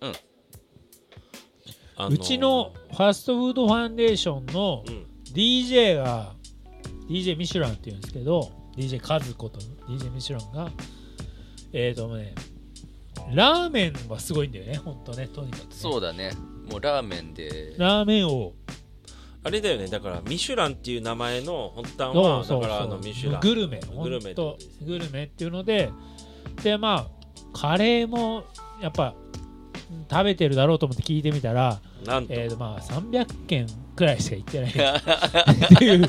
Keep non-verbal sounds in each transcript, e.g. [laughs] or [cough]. うんあうちのファストフードファンデーションのうん DJ が DJ ミシュランっていうんですけど DJ カズこと DJ ミシュランがえっ、ー、とねラーメンはすごいんだよねほんとねとにかくね、そうだねもうラーメンでラーメン王あれだよねだからミシュランっていう名前の発端のはそうだからあそのうミシュラングルメグル本メってこ当とですグルメっていうのででまあカレーもやっぱうん食べてるだろうと思って聞いてみたら、なんとえーとまあ、300件くらいしか行ってな [laughs] いっていう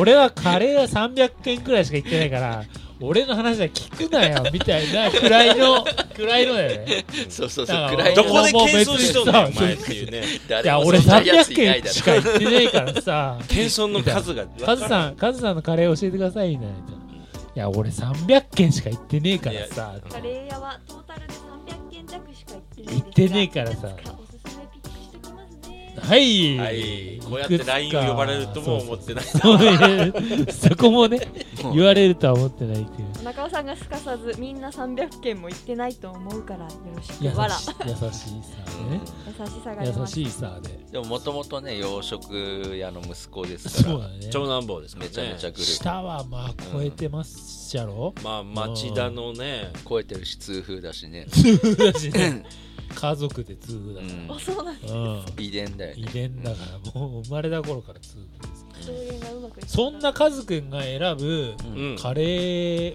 俺はカレーは300件くらいしか行ってないから俺の話は聞くなよみたいなくらいのくらいのだよねそうそうそうだから暗いどのこで謙遜しとんねんもうお別に前っていうねい誰やも俺そんなやつ300いない件だしろか行ってないからさ謙遜の数がカズさん、カズさんのカレー教えてくださいみたいな。いや、俺300件しか行ってねえからさ。カレー屋はトータルで300件弱しか行ってない行ってねえからさいつおすすめピックしてきますねはい、はいこうやって LINE を呼ばれるとも思ってないそうそうそこもね、もう言われるとは思ってないっていう。中尾さんがすかさずみんな300件も行ってないと思うからよろし優しくわら優しい優しささが出でね。優ましたしいさで。 [laughs] でももともとね洋食屋の息子ですかそうらだ長ね。男坊ですからめねちゃめちゃグループ下はまあ超えてますじゃろ、まあ町田のね超えてるし痛風だしねだしね家族で通うだかんあそうなんだら。うん。遺伝だよね遺伝だから、もう生まれた頃から通です。表現がうまくいったそんなカズくんが選ぶううんんカレ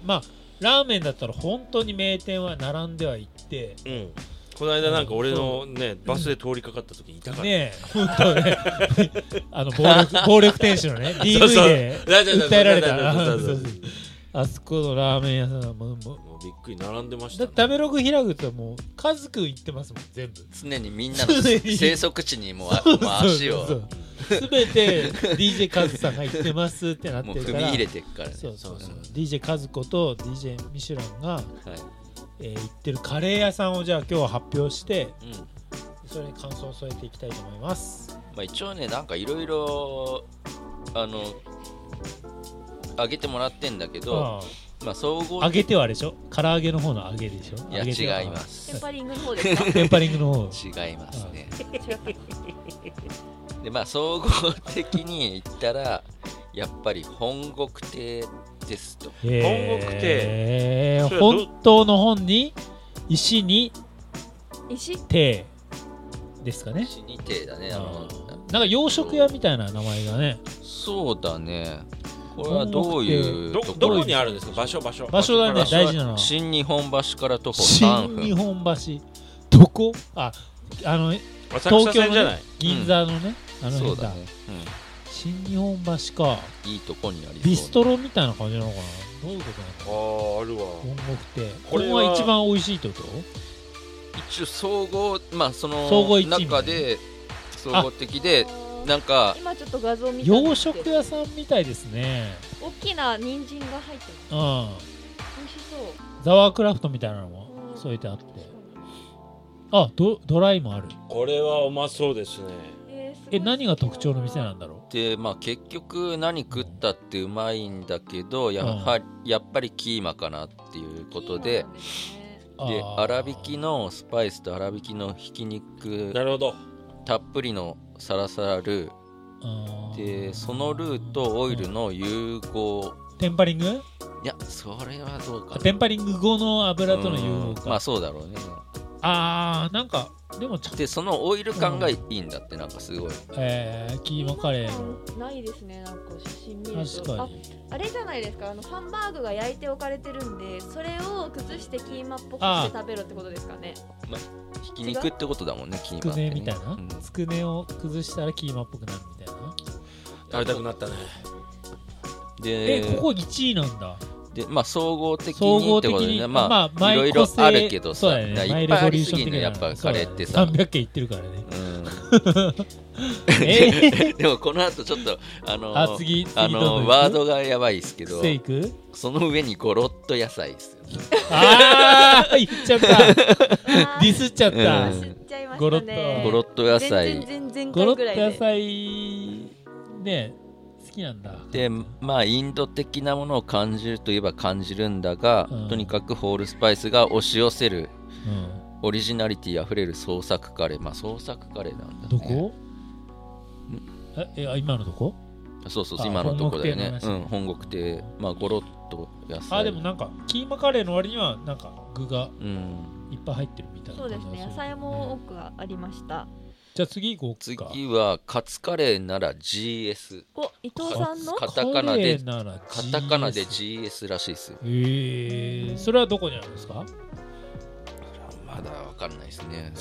ーまあラーメンだったら本当に名店は並んでは行ってうんこの間なんか俺のねバスで通りかかった時痛かったねえ本当ね [laughs] あの暴力暴力店主のね DV [laughs] そうそうで訴えられたあそそううそそうそううあそこのラーメン屋さんはもうもうもうびっくり並んでましただね食べログ開くともうカズくん行ってますもん全部常にみんなの常に生息地にもうあそもううそう足そをう全て DJ カズさんが行ってますってなっもてうるか踏らみ入れていくからねそうそうそううん DJ カズ子と DJ ミシュランが、はいえー行ってるカレー屋さんをじゃあ今日は発表してうんそれに感想を添えていきたいと思います。まあ、一応ねなんかいろいろあの上げてもらってんだけど、まあ総合揚げてはあれでしょ唐揚げの方の揚げでしょいや揚げては違いますテンパリングの方 [laughs] ですかテンパリン [laughs] グの方。違いますねでまあ総合的に言ったらやっぱり本国亭ですとへ本国亭えそれはど本当の本に石に石亭ですかね。死に亭だねあのなんか洋食屋みたいな名前がね。そうだねこれはどういうどところどこにあるんですか場所場所場所だね場所は大事なのは。新日本橋から徒歩3新分日本橋どこああの浅東草京線じゃの、ないね、銀座のね、あのそう辺だだね、新日本橋かうん、いいとこにありそうなビストロみたいな感じなのかなどういうことなあのーあるわ本国ってここれれはは一番美味しいってこと一応総合まあその総合一位みたいな中で総合的でなんか今ちょっと画像見たん洋ですけ食ど屋さんみたいですね大きな人参が入ってますうん美味しそザワークラフトみたいなのうもん添えてあってあドドライもあるこれはうまそうですねえーすごいえ何が特徴の店なんだろでまあ結局何食ったってうまいんだけどやはり、やっぱりキーマかなっていうことでうであー粗挽きのスパイスと粗挽きのひき肉なるほどたっぷりのサラサラルあーーでそのルーとオイルの融合テンパリングいやそれはどうかあなテンパリング後の油との融合うんか、まあそうだろうねあーなんかでもちゃんと、でそのオイル感がいいんだってなんかすごいえー、キーマカレーのーないですねなんか写真見ると確かにああれじゃないですかあのハンバーグが焼いて置かれてるんでそれを崩してキーマっぽくして食べろってことですかねひき肉ってことだもんねキーマつってくねねみたいな、うんつくねを崩したらキーマっぽくなるみたいな食べたくなったねでえここ1位なんだでまあ総合的総に合って的ことでに、ねまあ、あマいろイい個ろ性あるけどそうさ、だよねなマいイっぱいあレボリりュすーショぎンんの的やなっぱカレーってさそうだね300件いってるか [laughs] らねでえ [laughs] ー、でもこの後ちょっとあのあ次次あどのうぞいくワードがやばいですけスどテークその上にゴロッと野菜ですよああ言っちゃ [laughs] ったデあィースっちゃっうたん知っちゃいましたねゴロッとゴロッと野全菜然全然ゴロ回ッぐらいでと野菜ね好きなんだでまあインド的なものを感じるといえば感じるんだが、うんとにかくホールスパイスが押し寄せるうんオリジナリティあふれる創作カレーまあ創作カレーなんだ、ね、どこええ今のとこそうそうあそう今のとこだよねう本国亭のん本国亭まあゴロッと野菜あでもなんかキーマカレーの割にはなんか具がうんいっぱい入ってるみたいなそうですね野菜も多くありましたじゃあ次行こう次かはカツカレーなら GS お伊藤さんのカタカナでカレーならカタカナで GS GS らしいですよえー、それはどこにあるんですかまだわかんないです [laughs] ね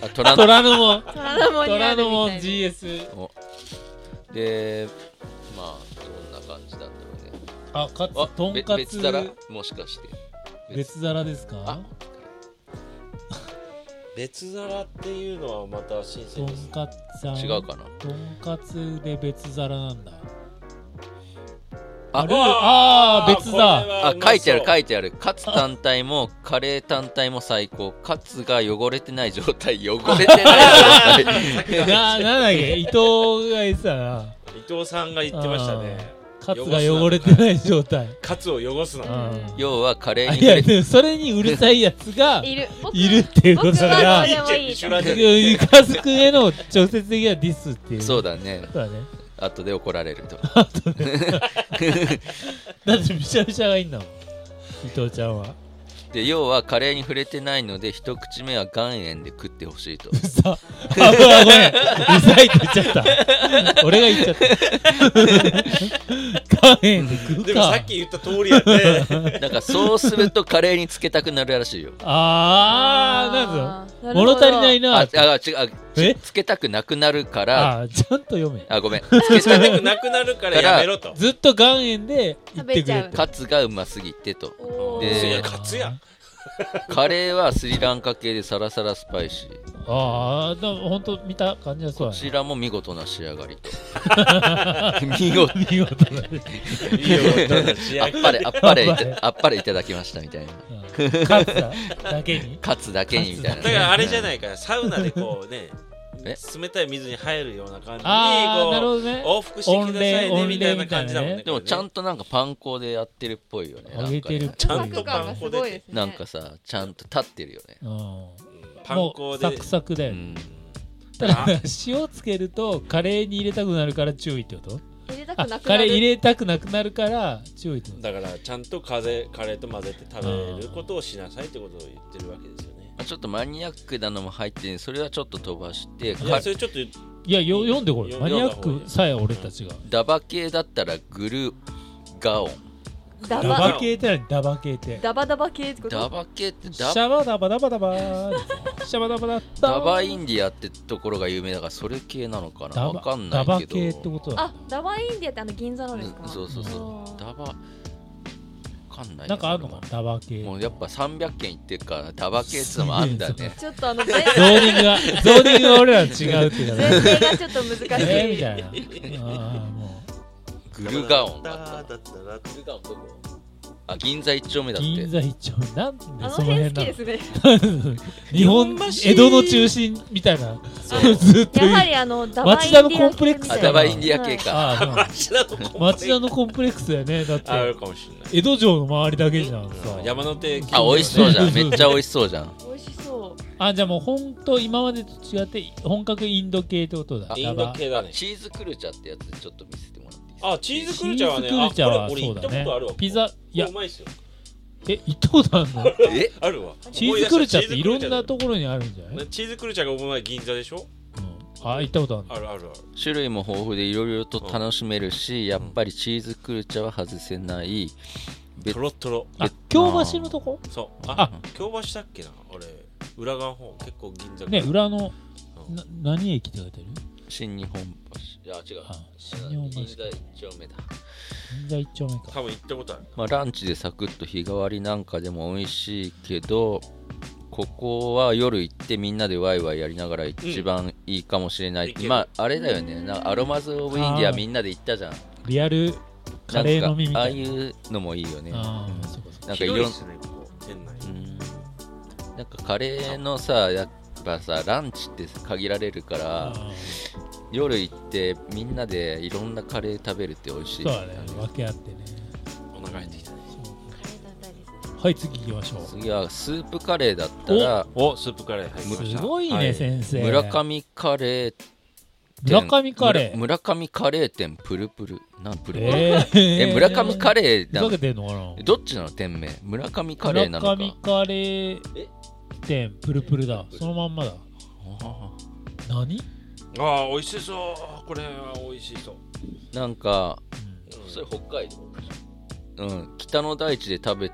あトラン [laughs] 虎ノ門虎ノ門にあ虎るノみ門たいな GS でまあどんな感じなんだろうねあかつあとんべか別つ皿もしかして別皿ですあか別皿っていうのはまた新と鮮でんすかつさん違うかなとんかつで別皿なんだああルールあー別だあ書いてある書いいてあるカツ単体もカレー単体も最高カツが汚れてない状態汚れてない状 [laughs] 態ななんだっけ伊藤が言ってたな伊藤さんが言ってましたねカツが汚れてない状態カツを汚すなあ要はカレーにい触やれてでもそれにうるさいやつがいる僕いるっていうこと僕だはなどうでもいい一緒なんでカズくんへの直接的なディスっていうそうだねそうだね後で怒られるとだってびしゃびしゃがいいんだもん伊藤ちゃんはで要はカレーに触れてないので一口目は岩塩で食ってほしいとうさあごめんごめんうざいって言っちゃった俺が言っ [laughs] ちゃったカレーで食うかでもさっき言った通りや [laughs] ねだからそうするとカレーにつけたくなるらしいよあーなんぞあーなるほ物ど足りないなあ [laughs] ああ違うあえつけたくなくなるからあーちゃんと読めあ [laughs] ごめんつけたくなくなるからやめろとずっと岩塩で言って食べくちゃれうてカツがうますぎてとおーでいやカツやんカレーはスリランカ系でサラサラスパイシーああだほんと見た感じはそうこだちねらも見事な仕上がり [laughs] と見事見事だねいいよ仕あっ上げぱれあっぱれいたあっぱれいただきましたみたいなうんカツだ [laughs] けにカツだけにみたいなだからあれじゃないからサウナでこうね [laughs] え冷たい水に入るような感じああなにるほどねこう往復してください温ね冷みたいな感じだもんね温冷みたいなねでもちゃんとなんかパン粉でやってるっぽいよねなんかね揚げてるちゃゃんんととパン粉出てなんかさちゃんと立ってるよねうんパンも粉うでサクサクだうよ、んただ塩つけるとカレーに入れたくなるから注意ってこと入れたくあなくカなレー入るれたくなくなるから注意ってことだからちゃんとカレーカレーと混ぜて食べることをしなさいってことを言ってるわけですよねまあちょっとマニアックなのも入ってるそれはちょっと飛ばしていやかそれちょっと言っいやよ読んでこれよマニアックさえ俺たちがダバ系だったらグルガオンダダババ系って何ダバ系ってダバダバ系ってこダとバ系ってシダャバダバダバダ [laughs] バーシャバダバダダバインディアってところが有名だからそれ系なのかなわかんなダバいけど系ってことだあダバインディアってあの銀座のですうかんそうそうそあーうダバわかんないなんかあるのかなダバ系もうやっぱ300件行ってるからダバ系ってのもあんだねちょっとあのゾーニングがゾーニングが俺らと違うっていうか前ね提がちょっと難しい。えー [laughs] みたいなあーもグルガオンがあっただったらグルガオンどこあ銀座一丁目だうって銀座一丁目なんでそあのの辺辺好なのきですね。日本江戸の中心みたいな [laughs] ずっとや言うはりあのダバイン町田のコンプレックスあだなダバインディア系か、あーまあ町田のコンプレックス町田のコンプレックスだよねだっあるてかもしれない江戸城の周りだけじゃんさ山手近あ所美味しそうじゃん [laughs] そうそうそめうっちゃ美味しそうじゃん美味しそう。あじゃあもうほんと今までと違って本格インド系ってことだあインド系だねチーズクルチャーってやつちょっと見せてもらっていいですかあチーズチクルチャーはねーズクルチャーはあこれそう俺行っただことあるわねピザいいややうまいっすよえ伊藤さんのえあるわチーズクルチャーっていろん思な出しいたところにあるんじゃない、うん、チーズクルチャーがお前銀座でしょあ行ったことあるんだあるあるある種類も豊富でいろいろと楽しめるしやっぱりチーズクルチャーは外せないべトロットロあ京橋のとこそうああ京橋だっけな俺裏側の方結構銀座ねうん裏のな何駅って書いてある新日本橋いや違うあ新日本橋銀座一丁目だ銀座一丁目か多分行ったことあるまあ、ランチでサクッと日替わりなんかでも美味しいけどここは夜行ってみんなでワイワイやりながら一番いいかもしれないって、うんまああれだよねなんかアロマズ・オブ・インディあアーみんなで行ったじゃんリアルカレー飲みなんみかあたあいいなうのもいいよねあうんあそうかそうかなんかいろん広いっすねここ店内うんなんかカレーのさやっぱさランチって限られるからあ夜行ってみんなでいろんなカレー食べるって美味しーいそうだね分け合ってねお腹減ってきたねカレー食べたいですね。はい次行きましょう次はスープカレーだったらおスープカレー入りましすたごいね、は先生村上カレー店村上カレーむら村上カレー店プルプルなんプルプルえー、え村上カレレーふなざのけてんのかなどっちなの店名村上カレーなのか村上カレー店プルプルだそのまんまだあ何、うんああ美味しそうこれは美味しそうーなんかうんそれ北海道うん北の大地で食べ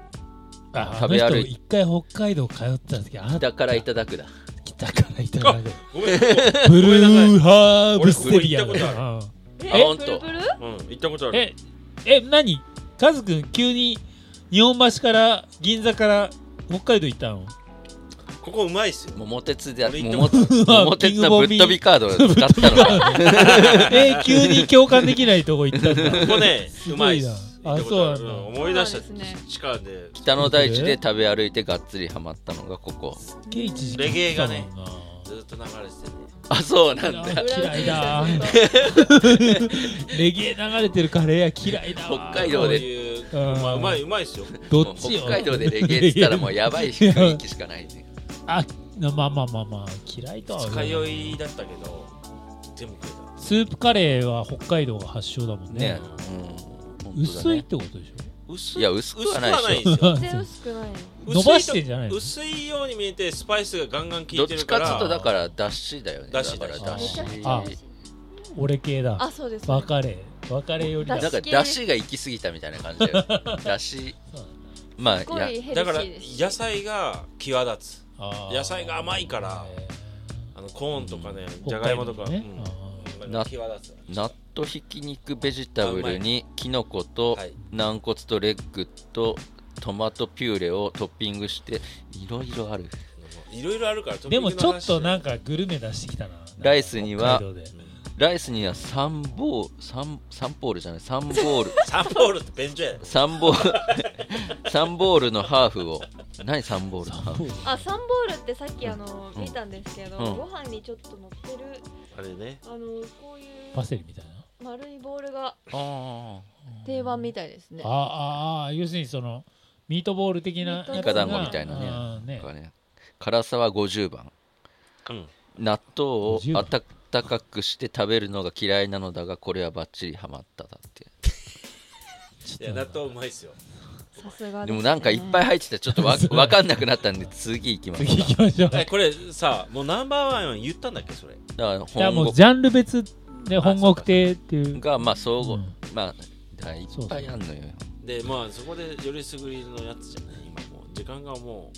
あ食べあの歩人い一回北海道通ってた時あっただからいただくだ北からいただ [laughs] くごめんこブルーハーブステリアだ俺ここえ行ったことうんあほんブとルブルこうん行ったことあるええ何カズくん急に日本橋から銀座から北海道行ったのここうまいっすよ桃鉄で俺行った桃鉄 [laughs] うわ桃鉄キングのボぶンっビー飛びカードを使ったのが [laughs] え急に共感できないとこ行ったんだ [laughs] ここねごういなまいっす行ったことああるそううなんんだ思い出しそうなんですた力で北の大地で食べ歩いてがっつりハマったのがここケイチレゲエがね好ずっと流れてあそうなきだんもんだな嫌いだブラジルレゲエ流れてるカレー屋嫌いだ北わ海て道こうでいうううんまいうまいうまいっすよどっちよ北海道でレゲエって言ったらもうやばい雰囲気しかないねあまあまあまあまあ嫌いとは二思う日酔いだったけど全部食えスープカレーは北海道が発祥だもんねねうん本当だね薄いってことでしょた薄いや薄くはないでしょ薄くはないんですよ全然薄くないの [laughs] 伸ばしてんじゃないの薄いように見えてスパイスがガンガン効どいってちるかからっつうとだからだしだよねだしだからだだししめちゃあくちゃ美味しい俺系だあそうですバカレーバカレーよりだなんかだしが行き過ぎたみたいな感じだ [laughs] よねだしまあすごいやいヘルだシからーです野菜が際立つあー野菜が甘いからあのコーンとかねじゃがいもとか、北海道うんねなんなか際立つ納豆ひき肉ベジタブルにきのことはい軟骨とレッグとトマトピューレをトッピングしていろいろあるいろいろあるからでもちょっとなんかかグルメ出してきたなライスには北海道でライスには三ボーサンサンポールじゃないサンボー [laughs] ルサンポールって便所やねサンボールサンボールのハーフを何サンボールのハーフあサンボールってさっきあの、うん見たんですけど、うんご飯にちょっと乗ってるあれねあのこういうパセリみたいな丸いボールがあ定番みたいですねあああ要するにそのミートボール的なやつがイカ団子みたいなねあーあねかね辛さは50番うん納豆を50番温かくして食べるのが嫌いなのだがこれはバッチリハマっただっていや納豆うまいっすよさすがでねもなんかいっぱい入っててちょっとわわかんなくなったんで次行きます次行きましょうえこれさもうナンバーワンは言ったんだっけそれだからじゃあ本もう国ジャンル別で本国亭っていうがまあ総合、うんまあだからいっぱいあんのよでまあそこでよりすぐりのやつじゃない今もう時間がも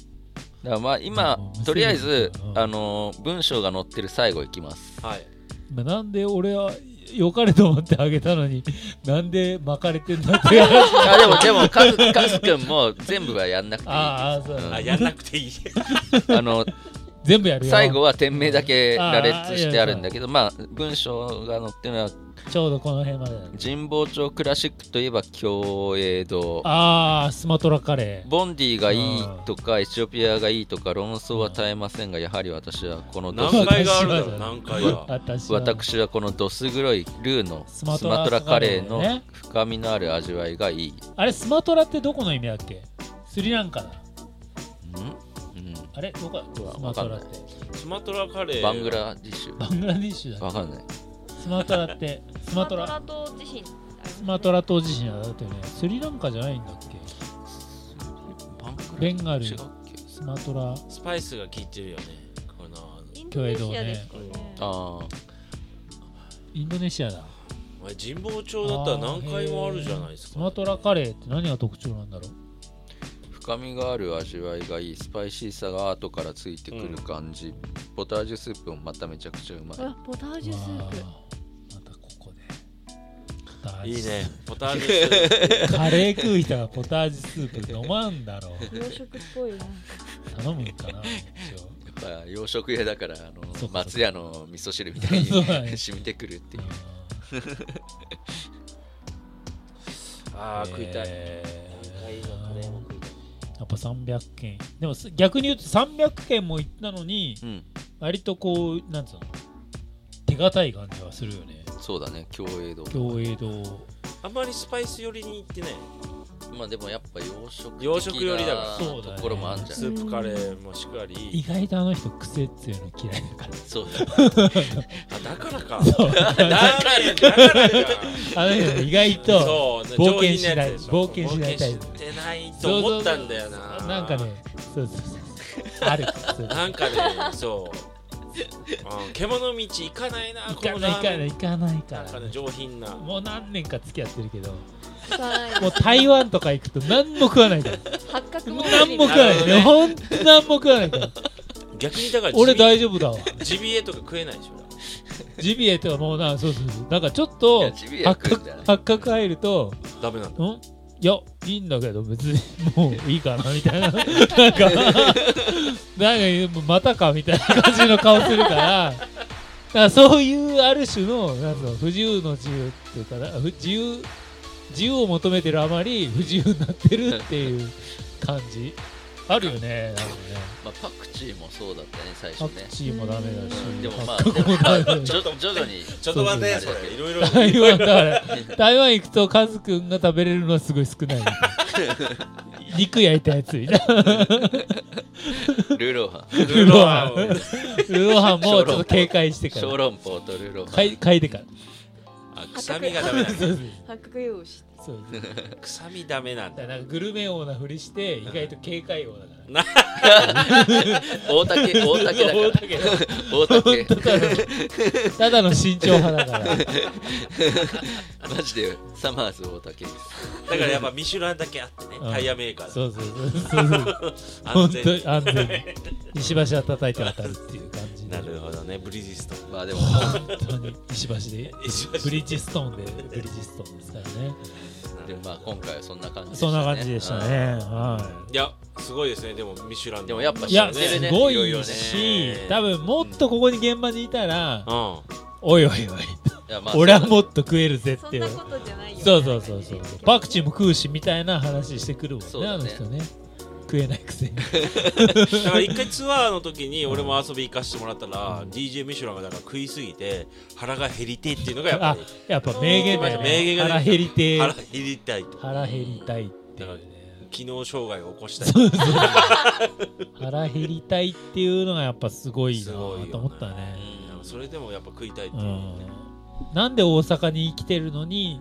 だからまあ今うんとりあえず、うんあのー文章が載ってる最後いきますうはいまあなんで俺は良かれと思ってあげたのに [laughs] なんで巻かれてんだっていう [laughs] 話あでもでもカズカズくんも全部はやんなくていいあーあーそううんあやんなくて [laughs] いいあの全部やるよ最後は店名だけ羅列してあるんだけどまあ文章が載ってるのはちょうどこの辺までだね神保町クラシックといえば共栄堂ああスマトラカレーボンディがいいとかエチオピアがいいとか論争は絶えませんがやはり私はこのドス何回があるだろう私は何回が私は私はこのドス黒いルーのススマトラマトラカレーのカレーね深みのある味わいがいい、あれスマトラってどこの意味だっけスリランカだうんうんあれどこだうわスマトラってスマトラカレーバングラディッシュバングラディッシュだわっかんないけスマトラ [laughs] ってススママトトララ島地震スマトラ島地震はだってねスリランカじゃないんだっけバングラベンガル違うっけスマトラスパイスが効いてるよねこのインドネシアですかねああインドネシアだお前神保町だったら何回もあるじゃないですスかマトラカレーって何が特徴なんだろう深みがある味わいがいいスパイシーさが後からついてくる感じ、ポタージュスープもまためちゃくちゃうまい、うわポタージュスープわあまたここでポタージュいいねポタージュスープカレー食う人がポタージュスープ飲まんだろう洋食っぽいな頼むんかなやっぱ洋食屋だからあのそうか松屋の味噌汁みたいに [laughs] そうだね染みてくるって一いう応ああ食いたいえー何回のカレーも食いたいやっぱ300件でもす逆に言うと300件も行ったのにうん割とこうなんつうの手堅い感じはするよねそうだね共栄堂共栄堂あんまりスパイス寄りに行ってねうまあでもやっぱ洋食的な洋食寄りだからそうだねところもあるんじゃスないープカレーもしかり意外とあの人癖強いの嫌いだからそうだあだからかそうだからだからかあの人意外とそう冒険しない上品やつでょ冒険しないタイ冒プ険してないと思ったんだよななんかねそうそうそうあるそうなんかねそううん獣道行かないな行かない行かない行かないかなんからね上品なもう何年か付き合ってるけど行かないもう台湾とか行くと何も食わないから八角も何も食かわないねほんと何も食わないから逆にだから俺ジビ大丈夫だわジビエとか食えないでしょジビエとかもうなそうそうそうなんかちょっとやジビエは八食うんじゃ角ない八角入るとダメなんだんいやいいんだけど別にもういいかなみたいななんかなんかまたかみたいな感じの顔するからだからそういうある種のなんつうの不自由の自由っていうかな不自由自由を求めてるあまり不自由になってるっていう感じあるよねなんかねまあ、パクチーもそうだったね最初パねクチーもダメだし、でもまあ八角もダメだしちょ徐々にちょっと待ってそうそうそれいろいろ台湾だから台湾行くとカズくんが食べれるのはすごい少ない [laughs] 肉焼いたやつみたいなルーローハルルーーロローーハハンン [laughs] ルーハンもちょっと警戒してンか小ら籠包とルーローハかンい嗅いでからあ臭みがダメなんだ [laughs] そうそう八角用意してそうそうだ臭みダメなんかだらなんかグルメ王なふりして意外と警戒王だから大竹大竹だから大竹ただの慎重派だからマジでサマーズ大竹ですだからやっぱミシュランだけあってねうんタイヤメーカーだそうそうそうそうそう安本全当に安全に石橋は叩いて渡るっていう感じでなるほどねブリヂストンまあでも本当に石橋で石橋ブリッジストーンでブリッジストーンですからねでもまあ今回はそんな感じでしたそんな感じでしたね。はいやすごいですねでもミシュランのでもやっぱい。いや、知ってするねごろいろいねし、多分もっとここに現場にいたら、うんおいおいおい、いやまあ俺はもっと食えるぜっそてんいうな。ことじゃないよそうそうそうそう。パクチーもも食うしみたいな話してくるもんね、そうだあねの人ね。食えないくせに。だから一回ツアーの時に俺も遊び行かしてもらったら DJ ミシュランがだから食いすぎて腹が減りてえっていうのがやっぱあ、やっぱ名言だよ名ね。言が出てきた腹減りてりえ腹、減りたいと腹減りたいっていうね。機能障害を起こしたいそうそうそう。腹減りたいっていうのがやっぱすごいなすごいよねと思ったね。うんそれでもやっぱ食いたいってういうんねなんで大阪に生きてるのに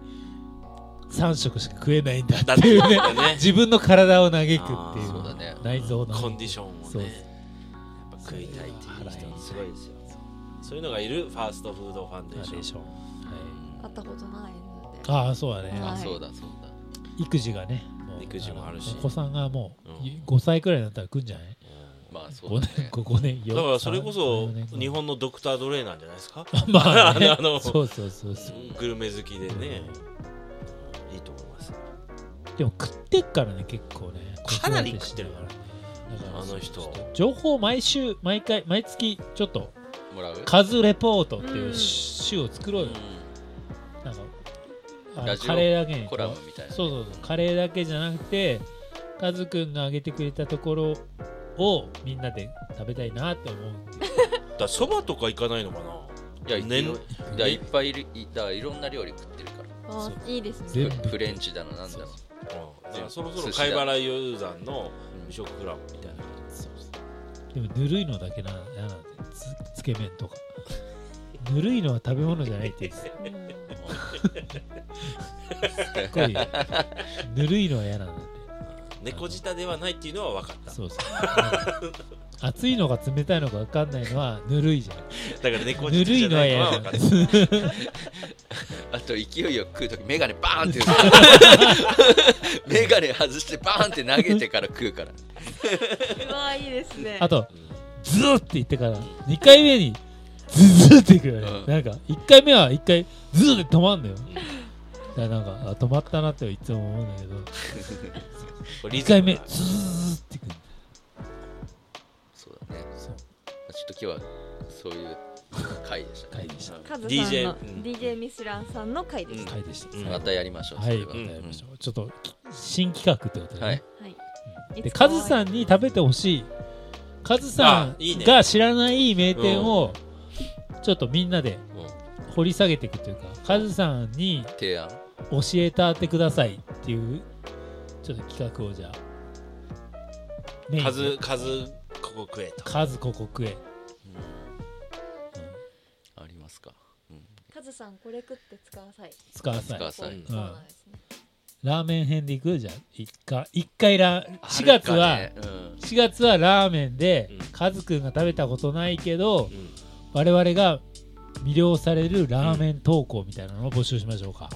3食しか食えないんだだっってていねうね自分の体を嘆くっていうあーそうだね内臓のコンディションをそうねやっぱ食いたいっていう人腹減りたいすごいですよそういうのがいるファーストフードファンデナレーーシションョン、はい、会ったことないのでああそうだねあはいそうだそうだ育児がねもう育児もあるしのお子さんがもううん5歳くらいになったら来るんじゃないまあそう5だ年ね5年4だからそれこそ3 4日本のドクター・ドレーなんじゃないですか [laughs] まあ、ね、 [laughs] あのそうそうそうそうグルメ好きでねいいと思いますでも食ってっからね結構ねかなり食ってるからだからあの人情報を毎週毎回毎月ちょっともらうカズレポートっていううん週を作ろううよ、んなんかあのラジオカレーだけにコラムみたいなそうそうそうカレーだけじゃなくてカズくんが挙げてくれたところをみんなで食べたいなって思うだからそばとか行かないのかなやいい年ろいやいっぱいいるいだからいろんな料理食ってるからあーいいです全ね部フレンチだのなんだろうだからそろそろ貝原雄山の無職クラブみたいなでもぬるいのだけな嫌なんでつつけ麺とかぬるいのは食べ物じゃないってすっうんごいぬるいのは嫌なんだって猫舌ではないっていうのは分かったそうそう熱いのか冷たいのか分かんないのはぬるいじゃんだから猫ぬ舌るじゃいのなはいの嫌はじ分ゃんかったあと勢いよく食う時メガネバーンって [laughs] メガネ外してバーンって投げてから食うからうわーいいですねあとズーって言ってから2回目にズズーっていくよね、うんなんか1回目は1回ズーで止まんのよだからなんかあ止まったなっていつも思うんだけどリ1回目ズズーっていくのそうだねそうちょっと今日はそういう回でしたね回でしたムがカズさんの DJ うん DJ ミスランさんの回でした、回でした、うんまたやりましょうはそいれはまたやりましょう、ちょっとき新企画ってことで、ねはいはいうんいでつかカはズさんに食べてほしいカズさあいいんねが知らない名店をちょっとみんなで掘り下げていくというかカズさんに提案教えてあってくださいっていうちちょっと企画をじゃあメインで数数ここ食えと数ここ食えありますか。うんカズさんこれ食って使わさい。使わさ使わいさいそうなんですね。ラーメン編でいくじゃあ一回一回ラあ4る月かは、ねうん4月はラーメンで、うんカズくんが食べたことないけどうん我々が魅了されるラーメン投稿みたいなのを募集しましょうか、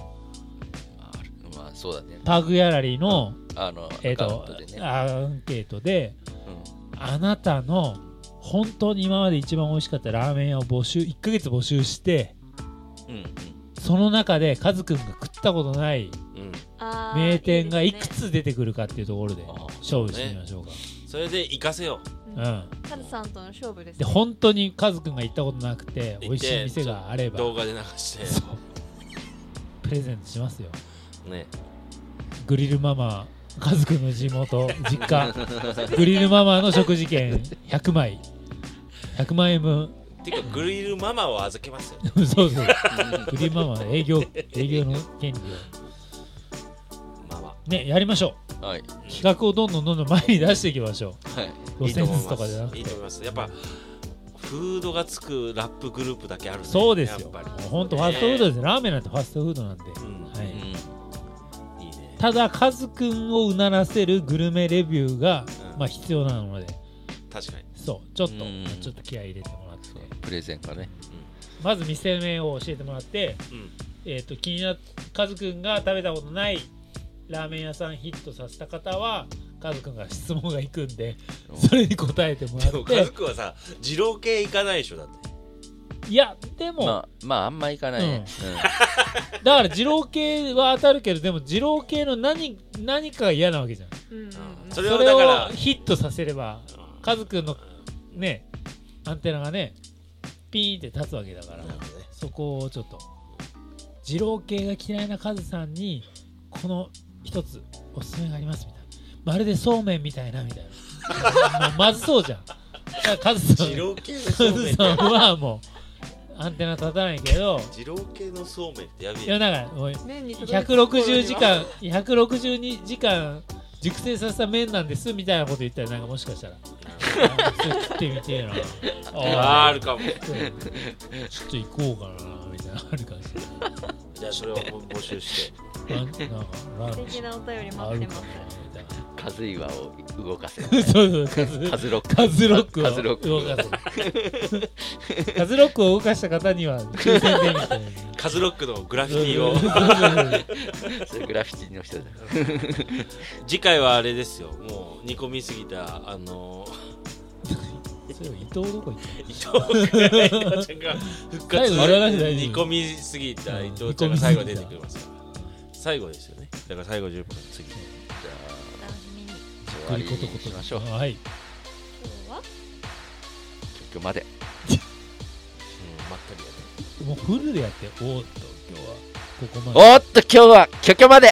まああるまあそうだね。パグギャラリーの、あのアえーカとウントでね。アンケートでうんあなたの本当に今まで一番美味しかったラーメン屋を募集1ヶ月募集してうんうんその中でカズくんが食ったことないうんあー名店がいでくすねつ出てくるかっていうところであー勝負してみましょうかそれで行かせようううんんカズさんとの勝負ですでね。本当にカズくんが行ったことなくて美味しい店があれば動画で流してそうプレゼントしますよねグリルママカズくんの地 [laughs] 元実家グリルママの食事券100枚100万円分 [laughs] ていうかグリルママを預けますよそうそうグリルママの営業営業の権利をママねやりましょうんはい。う企画をどんどんどんどん前に出していきましょはい。ういい路と線思図いとまかじゃなくすていいと思いますやっぱフードがつくラップグループだけあるねそうですやっよもぱうりほんとファストフードですラーメンなんてファストフードなんで、んはうい、んいいねただカズくんをうならせるグルメレビューが、うんまあ必要なので確かにそうちょっとうんちょっと気合い入れてもらってそうプレゼンがね。まず店名を教えてもらって、うんえー、と気になっカズくんが食べたことないラーメン屋さんヒットさせた方はカズくんが質問がいくんでそれに答えてもらっでもて家族はさ二郎系行かないでしょだっていやでも、まあまああんまいかないね。だから二郎系は当たるけどでも二郎系の何何かが嫌なわけじゃんうんうんうんそそれれをだからをヒットさせればうんカズくんのねアンテナがねピーンって立つわけだからなるほどねそこをちょっと二郎系が嫌いなカズさんにこの一つおすすめがありますみたいなまるでそうめんみたいなみたいなもうまずそうじゃんだからカズさん二郎系のカそうめズんさんはもうアンテナ立たないけど二郎系のそうめんってやべえいやだからもう年に届くところには160時間162時間熟成させた麺なんですみたいなこと言ったらなんかもしかしたらあそれ食ってみ [laughs] てえなあーあるちかもょっと行こうかなみたいなのあるかもしれないじゃあそれを募集してなんかラ素ーメ敵ンなお便りあ待っるてかまなす。みたいうんカズイワを動かせ。なそうそうカズ [laughs] カズロック。カズロックをカズ [laughs] ロック。動かすカズロックを動かした方には抽選でみたいなカズロックのグラフィティをそれグラフィティの人だ。次回はあれですよもう煮込みすぎたあ [laughs] のそれを伊藤どこ行っ伊藤ちゃんが復活最後言わなくて大丈夫煮込みすぎた伊藤ちゃんが最後出てくれますから最後ですよねだから最後10分次じゃお楽しみに。今あ終たわりりことこにしとましょう。はい日は今日まで。うんばっかりやねもうフルでやっておーっと今日はここまでおっと今日はキョキョまで